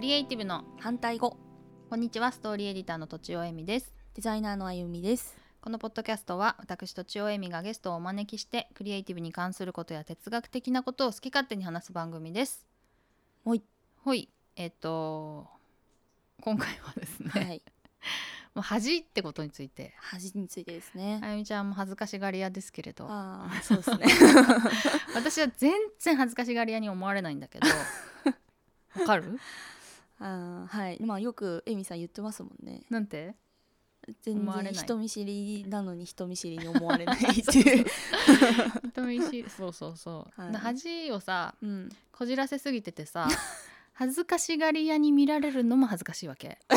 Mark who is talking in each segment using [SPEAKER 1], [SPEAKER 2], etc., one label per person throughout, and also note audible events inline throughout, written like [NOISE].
[SPEAKER 1] リエイティブの
[SPEAKER 2] 反対語
[SPEAKER 1] こんにちはストーリーエディターのとちおえみです
[SPEAKER 2] デザイナーのあゆみです
[SPEAKER 1] このポッドキャストは私とちおえみがゲストをお招きしてクリエイティブに関することや哲学的なことを好き勝手に話す番組です
[SPEAKER 2] ほい
[SPEAKER 1] ほいえっ、と今回はですね、 [LAUGHS]
[SPEAKER 2] はい
[SPEAKER 1] もう恥ってことについて
[SPEAKER 2] 恥についてですね、
[SPEAKER 1] あゆみちゃんも恥ずかしがり屋ですけれど
[SPEAKER 2] ああそうですね
[SPEAKER 1] [LAUGHS] 私は全然恥ずかしがり屋に思われないんだけど
[SPEAKER 2] [LAUGHS]
[SPEAKER 1] わかる
[SPEAKER 2] あーはいまあよくえみさん言ってますもんね
[SPEAKER 1] なんて
[SPEAKER 2] 全
[SPEAKER 1] 思われな
[SPEAKER 2] 然
[SPEAKER 1] い
[SPEAKER 2] 人見知りなのに人見知りに思われない
[SPEAKER 1] [LAUGHS]
[SPEAKER 2] っていう
[SPEAKER 1] 人見知りそうそうそう、
[SPEAKER 2] はい
[SPEAKER 1] 恥をさ
[SPEAKER 2] うん
[SPEAKER 1] こじらせすぎててさ恥ずかしがり屋に見られるのも恥ずかしいわけ [LAUGHS]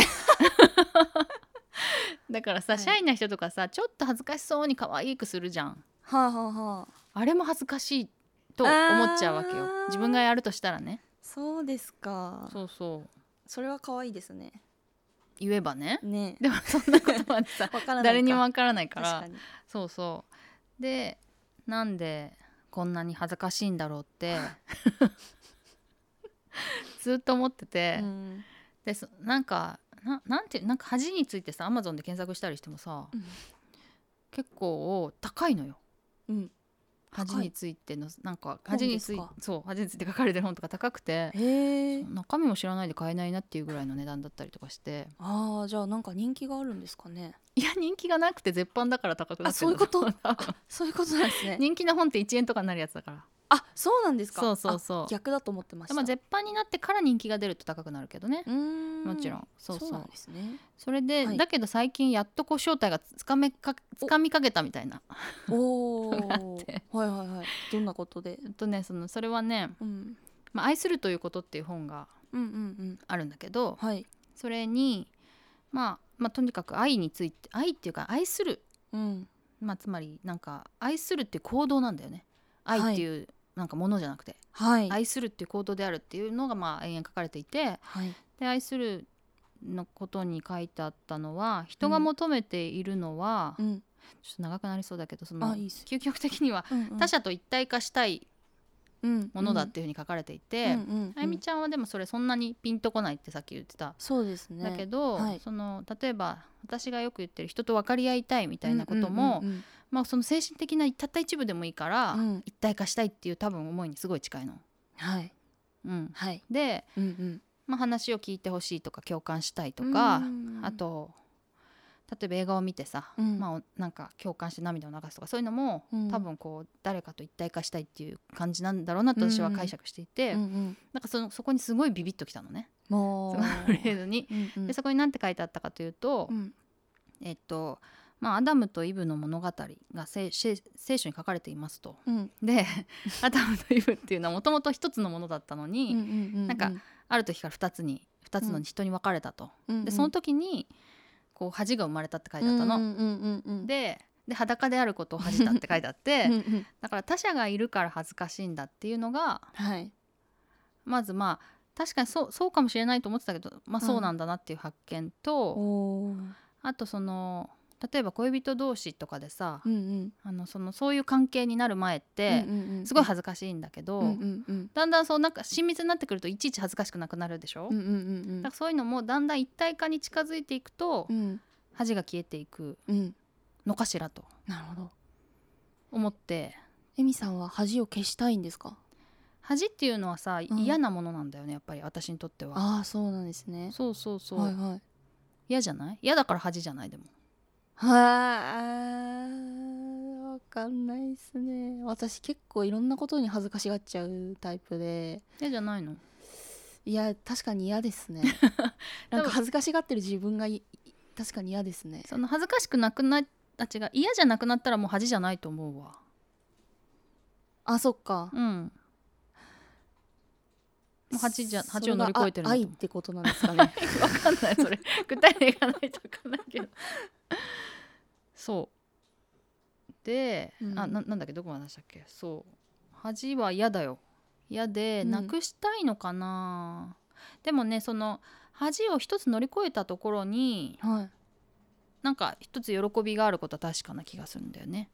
[SPEAKER 1] だからさ、
[SPEAKER 2] はい
[SPEAKER 1] シャイな人とかさちょっと恥ずかしそうに可愛くするじゃん
[SPEAKER 2] はあはあはあ
[SPEAKER 1] あれも恥ずかしいと思っちゃうわけよ
[SPEAKER 2] あー
[SPEAKER 1] 自分がやるとしたらね
[SPEAKER 2] そうですかそ
[SPEAKER 1] そうそう
[SPEAKER 2] れは可愛いですね
[SPEAKER 1] 言えば
[SPEAKER 2] [LAUGHS]
[SPEAKER 1] ね
[SPEAKER 2] ね
[SPEAKER 1] でもそんなことまでさ
[SPEAKER 2] わからな
[SPEAKER 1] [LAUGHS]
[SPEAKER 2] いか
[SPEAKER 1] 誰にもわからないから
[SPEAKER 2] 確かに
[SPEAKER 1] そうそうでなんでこんなに恥ずかしいんだろうってずっと思ってて、
[SPEAKER 2] うん
[SPEAKER 1] でそなんかななんてなんか恥についてさアマゾンで検索したりしてもさ、
[SPEAKER 2] うん
[SPEAKER 1] 結構高いのよ
[SPEAKER 2] うん
[SPEAKER 1] 恥
[SPEAKER 2] 高い
[SPEAKER 1] についてのなんか
[SPEAKER 2] 本
[SPEAKER 1] 恥につい
[SPEAKER 2] ですか
[SPEAKER 1] そう恥について書かれてる本とか高くて
[SPEAKER 2] へえ
[SPEAKER 1] 中身も知らないで買えないなっていうぐらいの値段だったりとか
[SPEAKER 2] [LAUGHS]
[SPEAKER 1] して
[SPEAKER 2] ああじゃあなんか人気があるんですかね
[SPEAKER 1] いや人気がなくて絶版だから高くなってる
[SPEAKER 2] あそういう
[SPEAKER 1] [LAUGHS]
[SPEAKER 2] こと
[SPEAKER 1] 多分
[SPEAKER 2] そういうことなんですね
[SPEAKER 1] 人気の本って1円とかになるやつだから
[SPEAKER 2] あそうなんですか
[SPEAKER 1] そうそうそう
[SPEAKER 2] あ逆だと思ってまし
[SPEAKER 1] で
[SPEAKER 2] た
[SPEAKER 1] も絶版になってから人気が出ると高くなるけどね
[SPEAKER 2] うーん
[SPEAKER 1] もちろんそうそうそ
[SPEAKER 2] な
[SPEAKER 1] [LAUGHS]
[SPEAKER 2] んですね
[SPEAKER 1] れで、
[SPEAKER 2] はい
[SPEAKER 1] だけど最近やっとこう正体がつかめかつかみかけたみたいな
[SPEAKER 2] おお
[SPEAKER 1] があって
[SPEAKER 2] はいはいはいどんなことで、
[SPEAKER 1] えっとねそのそれはね
[SPEAKER 2] うん、
[SPEAKER 1] 「まあ、愛するということ」っていう本が
[SPEAKER 2] うんうんうん
[SPEAKER 1] あるんだけど
[SPEAKER 2] はい
[SPEAKER 1] それに、まあ、まあとにかく愛について愛っていうか愛する、
[SPEAKER 2] うん
[SPEAKER 1] まあ、つまりなんか愛するっていう行動なんだよね愛っていうなんかものじゃなくて、
[SPEAKER 2] はい
[SPEAKER 1] 愛するっていう行動であるっていうのがまあ延々書かれていて、
[SPEAKER 2] はい
[SPEAKER 1] で愛するのことに書いてあったのは人が求めているのは、
[SPEAKER 2] う
[SPEAKER 1] ちょ
[SPEAKER 2] ん
[SPEAKER 1] っと長くなりそうだけどその
[SPEAKER 2] あいいっすよ
[SPEAKER 1] 究極的には他者と一体化したいものだっていうふうに書かれていて、
[SPEAKER 2] うんうんうん
[SPEAKER 1] あゆみちゃんはでもそれそんなにピンとこないってさっき言ってた。
[SPEAKER 2] そうですね
[SPEAKER 1] だけど、
[SPEAKER 2] はい
[SPEAKER 1] その例えば私がよく言ってる人と分かり合いたいみたいなことも、
[SPEAKER 2] うんうん
[SPEAKER 1] まあ、その精神的なたった一部でもいいから、
[SPEAKER 2] うんうん
[SPEAKER 1] 一体化したいっていう多分思いにすごい近いの。
[SPEAKER 2] はい
[SPEAKER 1] うん、
[SPEAKER 2] はい
[SPEAKER 1] で、
[SPEAKER 2] うんうん
[SPEAKER 1] まあ、話を聞いてほしいとか共感したいとか、
[SPEAKER 2] うん
[SPEAKER 1] あと例えば映画を見てさ、
[SPEAKER 2] うん
[SPEAKER 1] まあ、おなんか共感して涙を流すとかそういうのも、
[SPEAKER 2] うん
[SPEAKER 1] 多分こう誰かと一体化したいっていう感じなんだろうなと私は解釈していて、
[SPEAKER 2] うんうん
[SPEAKER 1] なんかそのそこにすごいビビッときたのね
[SPEAKER 2] も
[SPEAKER 1] そうのフレーズに。
[SPEAKER 2] うんうん
[SPEAKER 1] でそこに何て書いてあったかというと、
[SPEAKER 2] うん
[SPEAKER 1] えっとまあ、アダムとイブの物語が聖聖聖書に書かれていますと。
[SPEAKER 2] うん [LAUGHS]
[SPEAKER 1] でアダムとイブっていうのはもともと一つのものだったの
[SPEAKER 2] う
[SPEAKER 1] に、
[SPEAKER 2] んうんう
[SPEAKER 1] なんかある時から二つに二つの人に分かれたと。でその時にこう恥が生まれたって書いてあったの。
[SPEAKER 2] うんうんうんうん
[SPEAKER 1] でで裸であることを恥じたって書いてあって、
[SPEAKER 2] うんうん
[SPEAKER 1] だから他者がいるから恥ずかしいんだっていうのが
[SPEAKER 2] はい
[SPEAKER 1] まずまあ確かにそうそうかもしれないと思ってたけど、まあ、
[SPEAKER 2] うん
[SPEAKER 1] そうなんだなっていう発見と、
[SPEAKER 2] おー
[SPEAKER 1] あとその例えば恋人同士とかでさ、
[SPEAKER 2] うんうん
[SPEAKER 1] あのそのそういう関係になる前って
[SPEAKER 2] うんうんうん
[SPEAKER 1] すごい恥ずかしいんだけど、
[SPEAKER 2] うんうんうん
[SPEAKER 1] だんだんそうなんか親密になってくるといちいち恥ずかしくなくなるでしょ、
[SPEAKER 2] うんうんうんうん
[SPEAKER 1] だからそういうのもだんだん一体化に近づいていくと、
[SPEAKER 2] うん
[SPEAKER 1] 恥が消えていく
[SPEAKER 2] うん
[SPEAKER 1] のかしらと
[SPEAKER 2] なるほど
[SPEAKER 1] 思って
[SPEAKER 2] エミさんは恥を消したいんですか
[SPEAKER 1] 恥っていうのはさ、
[SPEAKER 2] ん
[SPEAKER 1] 嫌なものなんだよねやっぱり私にとっては
[SPEAKER 2] ああそうなんですね
[SPEAKER 1] そうそうそう、
[SPEAKER 2] はいはい
[SPEAKER 1] 嫌じゃない嫌だから恥じゃないでも
[SPEAKER 2] はあわかんないですね私結構いろんなことに恥ずかしがっちゃうタイプで
[SPEAKER 1] 嫌じゃないの
[SPEAKER 2] いや確かに嫌です
[SPEAKER 1] [LAUGHS]
[SPEAKER 2] ねなんか恥ずかしがってる自分がい確かに嫌ですね
[SPEAKER 1] その恥ずかしくなくなあ違う嫌じゃなくなったらもう恥じゃないと思うわ
[SPEAKER 2] あそっか
[SPEAKER 1] うんもう恥じゃ
[SPEAKER 2] そ
[SPEAKER 1] 恥を乗り越えてる
[SPEAKER 2] それがあ愛ってことなんですか
[SPEAKER 1] [LAUGHS]
[SPEAKER 2] ね
[SPEAKER 1] わかんないそれ [LAUGHS] 具体例がないとわかんないけどそうで、
[SPEAKER 2] うん
[SPEAKER 1] あななんだっけどこまで話したっけそう恥は嫌だよ嫌で
[SPEAKER 2] うん
[SPEAKER 1] なくしたいのかな、でもねその恥を一つ乗り越えたところに
[SPEAKER 2] はい
[SPEAKER 1] なんか一つ喜びがあることは確かな気がするんだよね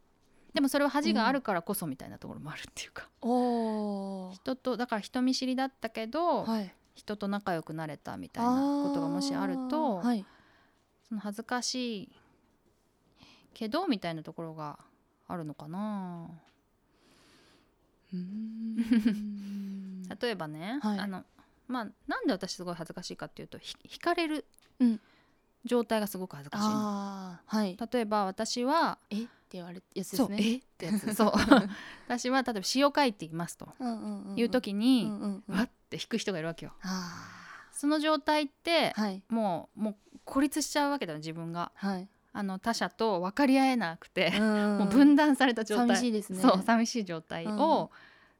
[SPEAKER 1] でもそれは恥があるからこそみたいなところもあるっていうか、
[SPEAKER 2] おー
[SPEAKER 1] 人とだから人見知りだったけど、
[SPEAKER 2] はい
[SPEAKER 1] 人と仲良くなれたみたいなことがもしあると、
[SPEAKER 2] あーはい、
[SPEAKER 1] その恥ずかしいけどみたいなところがあるのかな
[SPEAKER 2] うーん
[SPEAKER 1] 例えばね、
[SPEAKER 2] はい
[SPEAKER 1] あのまあなんで私すごい恥ずかしいかっていうとひ惹かれる
[SPEAKER 2] うん
[SPEAKER 1] 状態がすごく恥ずかしいの、
[SPEAKER 2] [LAUGHS] あーはい
[SPEAKER 1] 例えば私は
[SPEAKER 2] えって言われやつで
[SPEAKER 1] そう
[SPEAKER 2] すね
[SPEAKER 1] えってやつそう
[SPEAKER 2] [LAUGHS]
[SPEAKER 1] 私は例えば詩を書いていますと
[SPEAKER 2] うんうんうん
[SPEAKER 1] いう時に、
[SPEAKER 2] うんうんうん
[SPEAKER 1] わって引く人がいるわけよ
[SPEAKER 2] あ
[SPEAKER 1] その状態って、
[SPEAKER 2] ーはい
[SPEAKER 1] もうもう孤立しちゃうわけだよ自分が
[SPEAKER 2] はい
[SPEAKER 1] あの他者と分かり合えなくて、 [LAUGHS] も
[SPEAKER 2] [LAUGHS] も
[SPEAKER 1] う分断された状態
[SPEAKER 2] 寂しいですね
[SPEAKER 1] そう寂しい状態を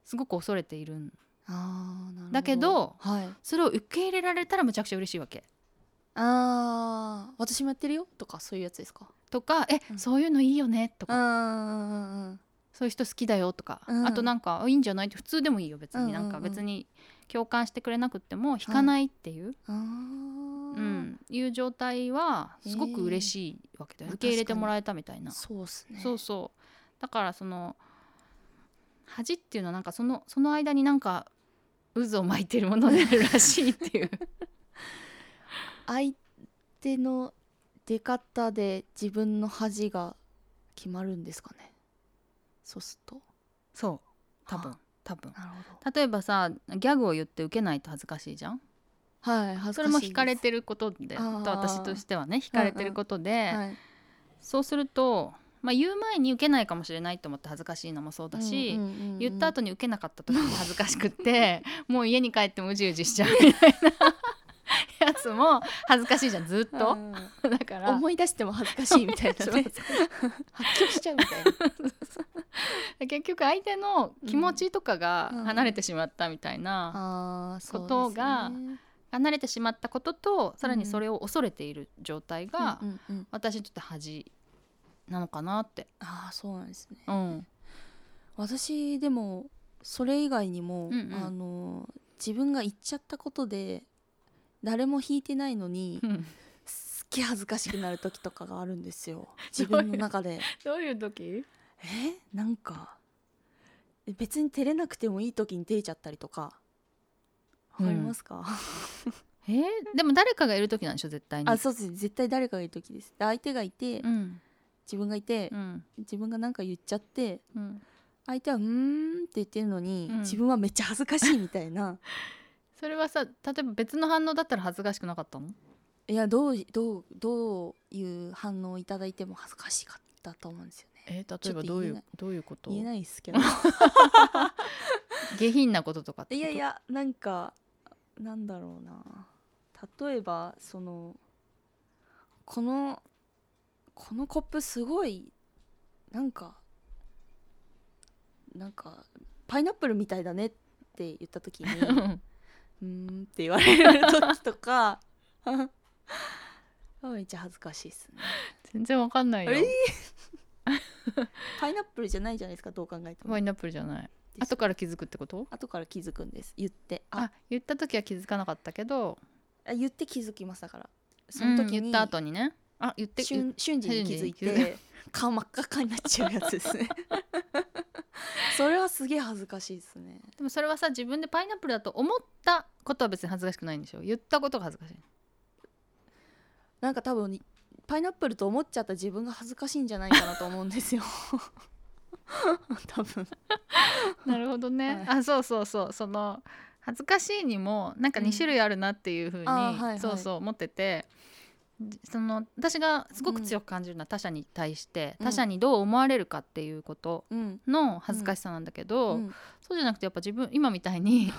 [SPEAKER 1] すごく恐れているん
[SPEAKER 2] あーなるほ
[SPEAKER 1] だけど
[SPEAKER 2] はい
[SPEAKER 1] それを受け入れられたらむちゃくちゃ嬉しいわけ
[SPEAKER 2] あー私もやってるよとかそういうやつですか
[SPEAKER 1] とかえ、
[SPEAKER 2] うん
[SPEAKER 1] そういうのいいよねと
[SPEAKER 2] う
[SPEAKER 1] か、
[SPEAKER 2] んうんうんうん
[SPEAKER 1] そういう人好きだよとか、
[SPEAKER 2] うん
[SPEAKER 1] あとなんかあいいんじゃないって普通でもいいよ別に、
[SPEAKER 2] うんうんう
[SPEAKER 1] なんんか別に共感してくれなくっても引かないっていう、
[SPEAKER 2] あー
[SPEAKER 1] うん、いう状態はすごく嬉しいわけだよ、
[SPEAKER 2] へー
[SPEAKER 1] 受け入れてもらえたみたいな、
[SPEAKER 2] そうっすね
[SPEAKER 1] そうそうだからその恥っていうのはなんかそのその間になんか渦を巻いてるものであるらしいっていう
[SPEAKER 2] 相手の出方で自分の恥が決まるんですかねそうすると
[SPEAKER 1] [LAUGHS] そう多分多分
[SPEAKER 2] なるほ
[SPEAKER 1] 例えばさギャグを言って受けないと恥ずかしいじゃん
[SPEAKER 2] どはい恥ずかしい
[SPEAKER 1] それも惹かれ
[SPEAKER 2] て
[SPEAKER 1] てることで
[SPEAKER 2] あー
[SPEAKER 1] と私としてはね惹かれてることで、
[SPEAKER 2] はい
[SPEAKER 1] そうすると、まあ、言う前に受けないかもしれないと思って恥ずかしいのもそうだし、
[SPEAKER 2] うんうんうんうん
[SPEAKER 1] 言った後に受けなかった時に恥ずかしくって [LAUGHS] もう家に帰ってもうじうじしちゃうみたいなやつも恥ずかしいじゃんずっ
[SPEAKER 2] う
[SPEAKER 1] と
[SPEAKER 2] ん
[SPEAKER 1] だから
[SPEAKER 2] 思い出しても恥ずかしいみたいな
[SPEAKER 1] そう
[SPEAKER 2] ね発狂しちゃうみたいな
[SPEAKER 1] 結局相手の気持ちとかが
[SPEAKER 2] うん
[SPEAKER 1] 離れてしまったみたいな、
[SPEAKER 2] あーそうですね
[SPEAKER 1] ことが離れてしまったこととさらにそれを恐れている状態が、
[SPEAKER 2] うんうんうん
[SPEAKER 1] 私にとって恥なのかなって、
[SPEAKER 2] ああそうなんですね
[SPEAKER 1] うん、
[SPEAKER 2] 私でもそれ以外にも、
[SPEAKER 1] うんうん
[SPEAKER 2] あの自分が言っちゃったことで誰も引いてないのにすっげえ恥ずかしくなる時とかがあるん [LAUGHS] ですよ自分の中で
[SPEAKER 1] どういう時
[SPEAKER 2] えなんか別に照れなくてもいい時に照れちゃったりとかわかりますか、
[SPEAKER 1] えーでも誰かがいる時なんでしょ絶対に
[SPEAKER 2] あそうです絶対誰かがいる時ですで相手がいて、
[SPEAKER 1] うん
[SPEAKER 2] 自分がいて、
[SPEAKER 1] うん
[SPEAKER 2] 自分が何か言っちゃって
[SPEAKER 1] うん
[SPEAKER 2] 相手は「うーん」って言ってるのに、
[SPEAKER 1] うん
[SPEAKER 2] 自分はめっちゃ恥ずかしいみた
[SPEAKER 1] [LAUGHS]
[SPEAKER 2] いな
[SPEAKER 1] それはさ例えば別の反応だったら恥ずかしくなかったの
[SPEAKER 2] いやどうどうどういう反応をいただいても恥ずかしかったと思うんですよね
[SPEAKER 1] えー、
[SPEAKER 2] ち
[SPEAKER 1] 例え
[SPEAKER 2] ょっ
[SPEAKER 1] ば
[SPEAKER 2] と
[SPEAKER 1] どうい
[SPEAKER 2] 言えな
[SPEAKER 1] う
[SPEAKER 2] い
[SPEAKER 1] どういうこと
[SPEAKER 2] 言えないですけど
[SPEAKER 1] 下品なこととかって
[SPEAKER 2] い
[SPEAKER 1] こと
[SPEAKER 2] やいやなんかなんだろうな例えばそのこのこのコップすごいなんかなんかパイナップルみたいだねって言った時に
[SPEAKER 1] [LAUGHS]
[SPEAKER 2] 「
[SPEAKER 1] う
[SPEAKER 2] うんーん」って言われる時とか [LAUGHS] あめっちゃ恥ずかしいですね
[SPEAKER 1] 全然わかんないよ
[SPEAKER 2] あれパイナップルじゃないじゃないですかどう考えても
[SPEAKER 1] ワインナップルじゃない後から気づくってこと
[SPEAKER 2] 後から気づくんです言って
[SPEAKER 1] あ
[SPEAKER 2] あ
[SPEAKER 1] 言った時は気づかなかったけど
[SPEAKER 2] あ言って気づきましたからその時に、
[SPEAKER 1] うん言った後にねあ言って
[SPEAKER 2] 瞬瞬時に気づ
[SPEAKER 1] 瞬時に
[SPEAKER 2] い
[SPEAKER 1] 気づ
[SPEAKER 2] て顔真っ赤っかになっちゃうや
[SPEAKER 1] [LAUGHS]
[SPEAKER 2] つですねそれはすげえ恥ずかしいですね
[SPEAKER 1] でもそれはさ自分でパイナップルだと思ったことは別に恥ずかしくないんでしょ言ったことが恥ずかしい
[SPEAKER 2] なんか多分パイナップルと思っちゃった自分が恥ずかしいんじゃないかなと思うんで
[SPEAKER 1] [LAUGHS]
[SPEAKER 2] すよ多分 [LAUGHS]
[SPEAKER 1] なるほどね、あそうそうそうその恥ずかしいにもなんか
[SPEAKER 2] う
[SPEAKER 1] 2
[SPEAKER 2] ん
[SPEAKER 1] 種類あるなっていうふうに、
[SPEAKER 2] あーはいはい
[SPEAKER 1] そうそう思っててじその私がすごく強く感じるのは他者に対して、
[SPEAKER 2] うん
[SPEAKER 1] 他者にどう思われるかっていうこと
[SPEAKER 2] うん、
[SPEAKER 1] の恥ずかしさなんだけど、
[SPEAKER 2] うん
[SPEAKER 1] そうじゃなくてやっぱ自分今みたい
[SPEAKER 2] [LAUGHS]
[SPEAKER 1] に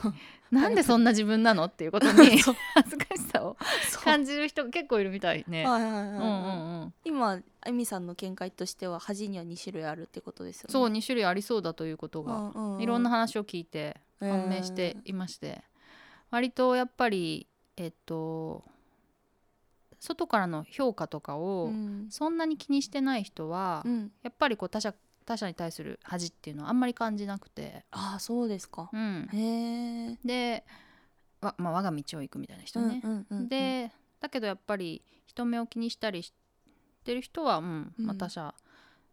[SPEAKER 1] なんでそんな自分なのっていうことに恥
[SPEAKER 2] そう
[SPEAKER 1] ずかしさを
[SPEAKER 2] そう
[SPEAKER 1] 感じる人結構いるみたいね。
[SPEAKER 2] はいはいはい
[SPEAKER 1] うんう
[SPEAKER 2] はい
[SPEAKER 1] んうん、
[SPEAKER 2] 今あみさんの見解としては恥には2種類あるってことですよね
[SPEAKER 1] そう2種類ありそうだということが
[SPEAKER 2] う
[SPEAKER 1] いろんな
[SPEAKER 2] 話
[SPEAKER 1] 話を聞いて判明していまして、割とやっぱりえっと外からの評価とか
[SPEAKER 2] う
[SPEAKER 1] を
[SPEAKER 2] ん
[SPEAKER 1] そんなに気にしてない人は、
[SPEAKER 2] うん
[SPEAKER 1] やっぱりこう他者他者に対する恥っていうのはあんまり感じなくて、
[SPEAKER 2] ああそうですか
[SPEAKER 1] うん、
[SPEAKER 2] へえ
[SPEAKER 1] でわ、まあ、我が道を行くみたいな人ね。
[SPEAKER 2] うんうんうん
[SPEAKER 1] でだけどやっぱり人目を気にしたりしてる人は、うんまあ
[SPEAKER 2] うん
[SPEAKER 1] 他者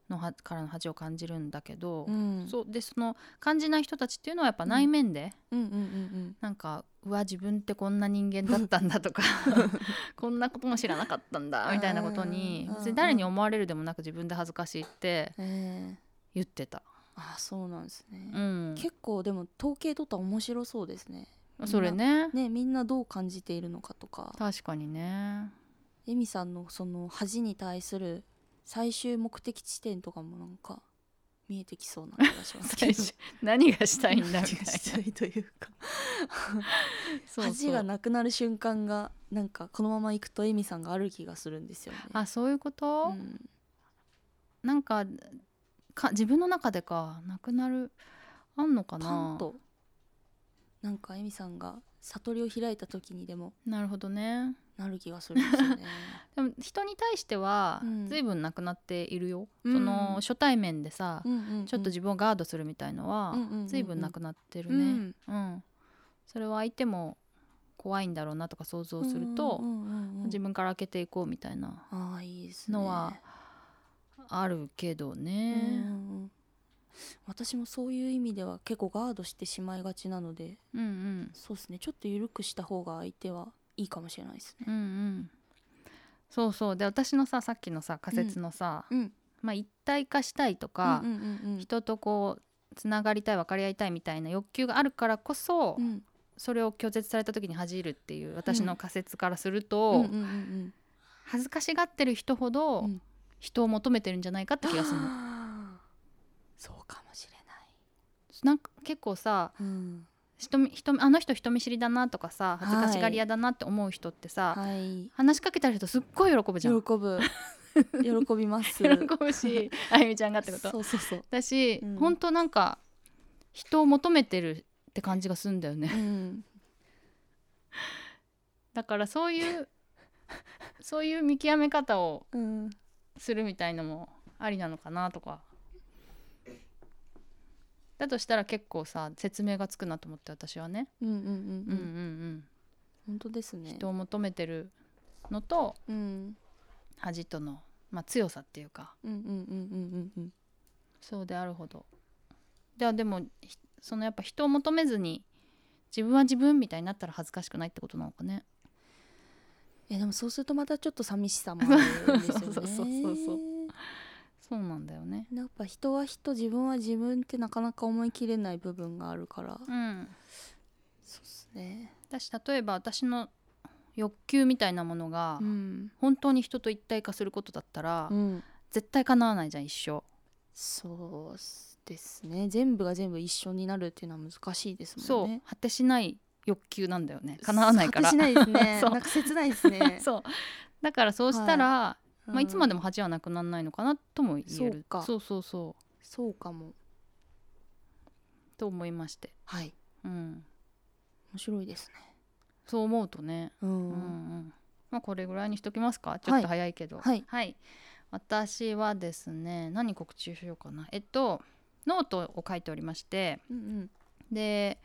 [SPEAKER 1] のはからの恥を感じるんだけど、
[SPEAKER 2] うん
[SPEAKER 1] そうでその感じない人たちっていうのはやっぱ
[SPEAKER 2] うん
[SPEAKER 1] 内面で、
[SPEAKER 2] うんうんうん
[SPEAKER 1] なんかうわ自分ってこんな人間だったんだ
[SPEAKER 2] [LAUGHS]
[SPEAKER 1] とか [LAUGHS] こんなことも知らなかったんだみたいなことに
[SPEAKER 2] うん
[SPEAKER 1] 別に誰に思われるでもなく自分で恥ずかしいって
[SPEAKER 2] うんええ
[SPEAKER 1] 言ってた、
[SPEAKER 2] あそうなんですね、
[SPEAKER 1] うん、
[SPEAKER 2] 結構でも統計取ったら面白そうですね
[SPEAKER 1] それね
[SPEAKER 2] ねみんなどう感じているのかとか
[SPEAKER 1] 確かに
[SPEAKER 2] [LAUGHS]
[SPEAKER 1] ね
[SPEAKER 2] エミさんのその恥に対する最終目的地点とかもなんか見えてきそうな気がしますけど
[SPEAKER 1] 何がしたいんだみたいな
[SPEAKER 2] 恥がしたいというか
[SPEAKER 1] そうそう
[SPEAKER 2] [LAUGHS] 恥がなくなる瞬間がなんかこのまま行くとエミさんがある気がするんですよね。
[SPEAKER 1] あそういうこと、
[SPEAKER 2] うん
[SPEAKER 1] なんかか自分の中でかなくなるあんのか
[SPEAKER 2] パン
[SPEAKER 1] な
[SPEAKER 2] となんかエミさんが悟りを開いた時にでも
[SPEAKER 1] なるほどね
[SPEAKER 2] なる気がするんです
[SPEAKER 1] [LAUGHS]
[SPEAKER 2] よね。
[SPEAKER 1] でも人に対しては
[SPEAKER 2] うん
[SPEAKER 1] 随分なくなっているよ、
[SPEAKER 2] うん
[SPEAKER 1] その初対面でさ、ちょっと
[SPEAKER 2] 分
[SPEAKER 1] 自分をガードするみたいのは
[SPEAKER 2] うんうんうんうん
[SPEAKER 1] 随分なくなってる
[SPEAKER 2] う
[SPEAKER 1] ね
[SPEAKER 2] ん
[SPEAKER 1] うん、それは相手も怖いんだろうなとか想像すると、自分から開けていこうみたいな
[SPEAKER 2] ああいいですね。
[SPEAKER 1] のはあるけど
[SPEAKER 2] うんうん
[SPEAKER 1] ね、
[SPEAKER 2] うん私もそういう意味では結構ガードしてしまいがちなので
[SPEAKER 1] うん、うん
[SPEAKER 2] そうですねちょっと緩くした方が相手はいいかもしれないですね。
[SPEAKER 1] うんうんそうそうで私のささっきのさ仮説のさ、
[SPEAKER 2] うん
[SPEAKER 1] まあ、一体化したいとか、
[SPEAKER 2] うんうんうん
[SPEAKER 1] 人とこうつながりたい分かり合いたいみたいな欲求があるからこそ、
[SPEAKER 2] うんうん
[SPEAKER 1] それを拒絶された時に恥じるっていう私の仮説からすると、
[SPEAKER 2] うんうんうん
[SPEAKER 1] 恥ずかしがってる人ほ
[SPEAKER 2] う
[SPEAKER 1] ど
[SPEAKER 2] ん
[SPEAKER 1] 人を求めてるんじゃないかって気がするの。
[SPEAKER 2] あーそうかもしれない。
[SPEAKER 1] なんか結構さ
[SPEAKER 2] うん、
[SPEAKER 1] 人見人見あの人人見知りだなとかさ
[SPEAKER 2] はい
[SPEAKER 1] 恥ずかしがり屋だなって思う人ってさ、
[SPEAKER 2] はい。
[SPEAKER 1] 話しかけたりするとすっごい喜ぶじ
[SPEAKER 2] 喜
[SPEAKER 1] ゃん。
[SPEAKER 2] ぶ。 [LAUGHS] 喜びます。
[SPEAKER 1] 喜ぶしあゆみちゃんがってこと。
[SPEAKER 2] そうそうそう。
[SPEAKER 1] だし、
[SPEAKER 2] うん
[SPEAKER 1] 本当なんか人を求めてるって感じがするんだよね。
[SPEAKER 2] うん。
[SPEAKER 1] だからそういう [LAUGHS] そういう見極め方を
[SPEAKER 2] うん。
[SPEAKER 1] するみたいのもありなのかなとかだとしたら結構さ説明がつくなと思って私はね、
[SPEAKER 2] うんうんうん
[SPEAKER 1] う
[SPEAKER 2] うん
[SPEAKER 1] うん
[SPEAKER 2] ん。本当です
[SPEAKER 1] うん、
[SPEAKER 2] ね
[SPEAKER 1] 人。を求めてるのと
[SPEAKER 2] うん。
[SPEAKER 1] 恥との、まあ、強さっていうか
[SPEAKER 2] うんうんうんうんうん
[SPEAKER 1] そうであるほどではでもひそのやっぱ人を求めずに自分は自分みたいになったら恥ずかしくないってことなのかね
[SPEAKER 2] えでもそうするとまたちょっと寂しさもあるんですよね。
[SPEAKER 1] そうそうそうそうそうなんだよね
[SPEAKER 2] やっぱ人は人自分は自分ってなかなか思い切れない部分があるから、
[SPEAKER 1] うん
[SPEAKER 2] そうですね。
[SPEAKER 1] だし例えば私の欲求みたいなものが
[SPEAKER 2] うん、
[SPEAKER 1] 本当に人と一体化することだったら、
[SPEAKER 2] うん、
[SPEAKER 1] 絶対叶わないじゃん一生、
[SPEAKER 2] そうですね。全部が全部一緒になるっていうのは難しいですも
[SPEAKER 1] そ
[SPEAKER 2] んね
[SPEAKER 1] う。果てしない欲求なんだよね叶わないから。
[SPEAKER 2] 果てしないですね [LAUGHS]
[SPEAKER 1] そう。
[SPEAKER 2] なんか切ないですね
[SPEAKER 1] [LAUGHS]
[SPEAKER 2] [LAUGHS]
[SPEAKER 1] そうだからそうしたら、いまあ、いつま
[SPEAKER 2] で
[SPEAKER 1] でも恥はなくならないのかなとも言え
[SPEAKER 2] そう
[SPEAKER 1] る
[SPEAKER 2] か
[SPEAKER 1] そうそうそう
[SPEAKER 2] そうかも。
[SPEAKER 1] と思いまして、
[SPEAKER 2] はい。
[SPEAKER 1] うん、
[SPEAKER 2] 面白いですね。
[SPEAKER 1] そう思うとね、
[SPEAKER 2] う
[SPEAKER 1] うん
[SPEAKER 2] ん。
[SPEAKER 1] うんまあ、これぐらいにしときますかちょっと早いけど
[SPEAKER 2] はい
[SPEAKER 1] 私はですね何告知しようかなえっとノートを書いておりまして、
[SPEAKER 2] うんうん。
[SPEAKER 1] で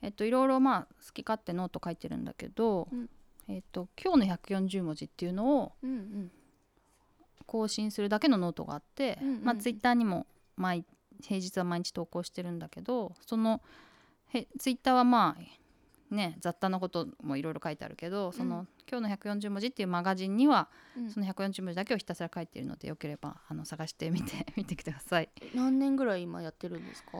[SPEAKER 1] えっといろいろまあ好き勝手ノート書いてるんだけど、
[SPEAKER 2] うん
[SPEAKER 1] えっと今日の140文字っていうのを
[SPEAKER 2] うんうん。
[SPEAKER 1] 更新するだけのノートがあって、
[SPEAKER 2] うんうんうん
[SPEAKER 1] まあツイッターにも毎平日は毎日投稿してるんだけどそのへツイッターはまあね雑多なこともいろいろ書いてあるけどその、
[SPEAKER 2] うん
[SPEAKER 1] 今日の140文字っていうマガジンには、
[SPEAKER 2] うん
[SPEAKER 1] その140文字だけをひたすら書いてるのでよければあの探してみて [LAUGHS] 見てください。
[SPEAKER 2] 何年ぐらい今やってるんですか？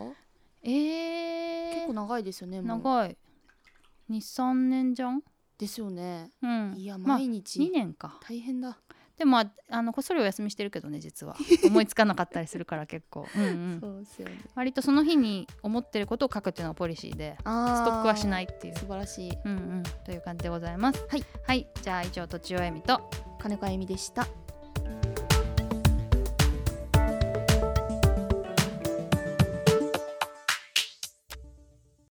[SPEAKER 1] えー、
[SPEAKER 2] 結構長いですよね。もう
[SPEAKER 1] 長い23年じゃん
[SPEAKER 2] ですよね。
[SPEAKER 1] うん、
[SPEAKER 2] いや
[SPEAKER 1] まあ
[SPEAKER 2] 毎
[SPEAKER 1] 2
[SPEAKER 2] 日
[SPEAKER 1] 年か
[SPEAKER 2] 大変だ。
[SPEAKER 1] でもああのこっそりお休みしてるけどね実
[SPEAKER 2] [LAUGHS]
[SPEAKER 1] は思いつかなかったりするから結構、うんうん
[SPEAKER 2] うですよね。
[SPEAKER 1] 割とその日に思ってることを書くっていうのがポリシーでス
[SPEAKER 2] ああ。
[SPEAKER 1] トックはしない。っていう、
[SPEAKER 2] 素晴らしい。
[SPEAKER 1] うんうん、という感じでございます
[SPEAKER 2] はい、
[SPEAKER 1] はい、じゃあ以上とちおえみと
[SPEAKER 2] 金子あゆみでした。